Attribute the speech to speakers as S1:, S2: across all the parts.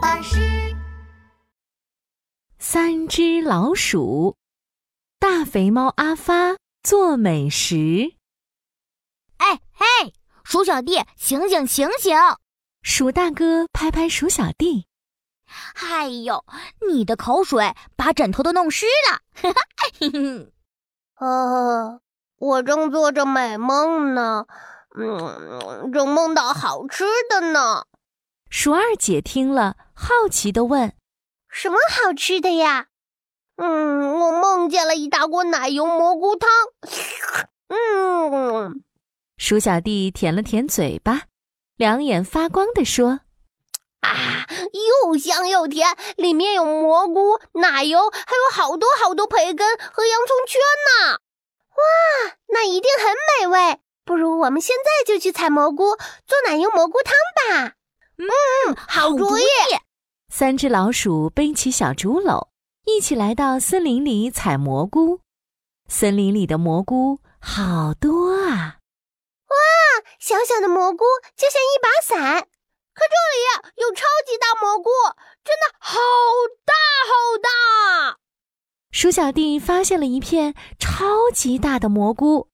S1: 巴士。
S2: 三只老鼠，大肥猫阿发做美食。
S3: 哎嘿，鼠小弟，醒醒醒醒！
S2: 鼠大哥拍拍鼠小弟，
S3: 哎呦，你的口水把枕头都弄湿了。哈哈，嘿嘿。
S1: 呃，我正做着美梦呢，嗯，正梦到好吃的呢。
S2: 鼠二姐听了，好奇地问
S1: 什么好吃的呀？嗯，我梦见了一大锅奶油蘑菇汤。嗯，：“
S2: 鼠小弟舔了舔嘴巴，两眼发光地说
S1: 啊，又香又甜，里面有蘑菇、奶油，还有好多好多培根和洋葱圈呢。哇，那一定很美味。不如我们现在就去采蘑菇，做奶油蘑菇汤吧。嗯，好主意。！”
S2: 三只老鼠背起小竹篓，一起来到森林里采蘑菇。森林里的蘑菇好多啊！
S1: 小小的蘑菇就像一把伞，可这里有超级大蘑菇，真的好大好大。
S2: 鼠小弟发现了一片超级大的蘑菇，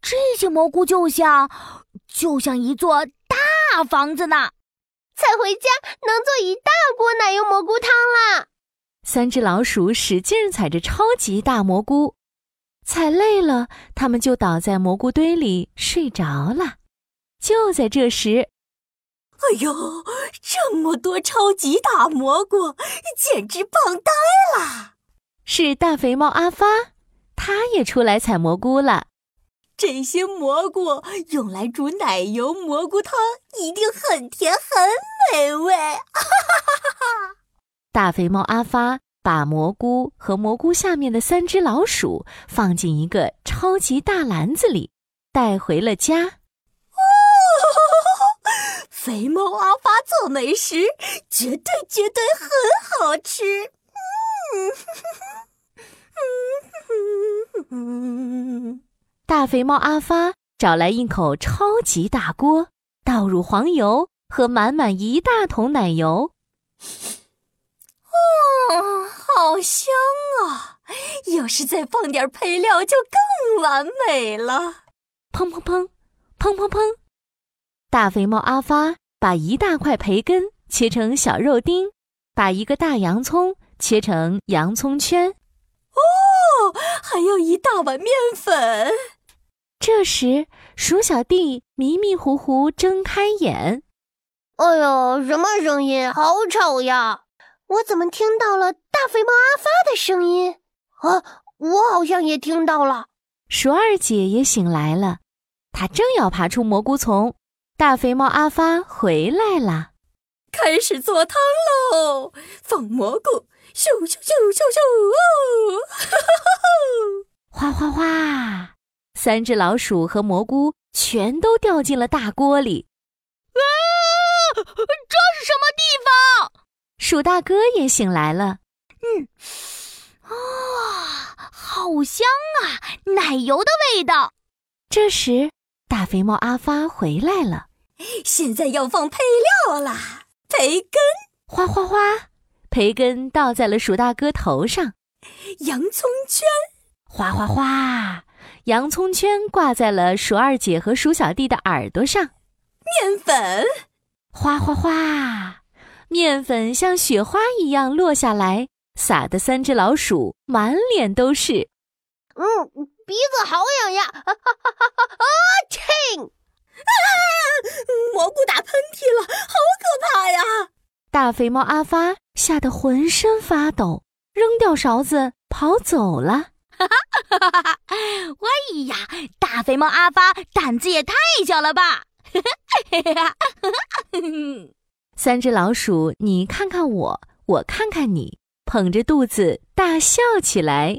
S3: 这些蘑菇就像，就像一座大房子呢。
S1: 才回家能做一大锅奶油蘑菇汤啦！
S2: 三只老鼠使劲儿踩着超级大蘑菇，踩累了，它们就倒在蘑菇堆里睡着了。就在这时，
S4: 哎呦，这么多超级大蘑菇，简直棒呆！
S2: 是大肥猫阿发，它也出来采蘑菇了。
S4: 这些蘑菇用来煮奶油蘑菇汤，一定很甜很美味。
S2: 大肥猫阿发把蘑菇和蘑菇下面的三只老鼠放进一个超级大篮子里，带回了家。
S4: 肥猫阿发做美食，绝对绝对很好吃。嗯，
S2: 大肥猫阿发找来一口超级大锅，倒入黄油和满满一大桶奶油。
S4: 哦，好香啊！要是再放点配料，就更完美了。
S2: 砰砰砰，砰砰砰！大肥猫阿发把一大块培根切成小肉丁，把一个大洋葱切成洋葱圈。
S4: 哦，还有一大碗面粉。
S2: 这时，鼠小弟迷迷糊糊睁开眼，
S1: 哎呦，什么声音？好吵呀！我怎么听到了大肥猫阿发的声音？啊，我好像也听到了。
S2: 鼠二姐也醒来了。她正要爬出蘑菇丛，大肥猫阿发回来了。
S4: 开始做汤喽！放蘑菇，咻咻咻咻咻！哦，
S2: 哗哗哗！三只老鼠和蘑菇全都掉进了大锅里。
S3: 啊这是什么地方？
S2: 鼠大哥也醒来了。
S3: 啊，好香啊！奶油的味道。
S2: 这时，大肥猫阿发回来了。
S4: 现在要放配料啦，培根、
S2: 哗哗哗！培根倒在了鼠大哥头上。
S4: 洋葱圈。
S2: 哗哗哗！洋葱圈挂在了鼠二姐和鼠小弟的耳朵上。
S4: 面粉，
S2: 哗哗哗！面粉像雪花一样落下来，撒得三只老鼠满脸都是。
S1: 嗯，鼻子好痒呀！啊啊啊啊啊！亲，
S4: 嗯蘑菇打喷嚏了，好可怕呀！
S2: 大肥猫阿发吓得浑身发抖，扔掉勺子跑走了。
S3: 哎呀，大肥猫阿发胆子也太小了吧！
S2: 三只老鼠，你看看我，我看看你，捧着肚子大笑起来。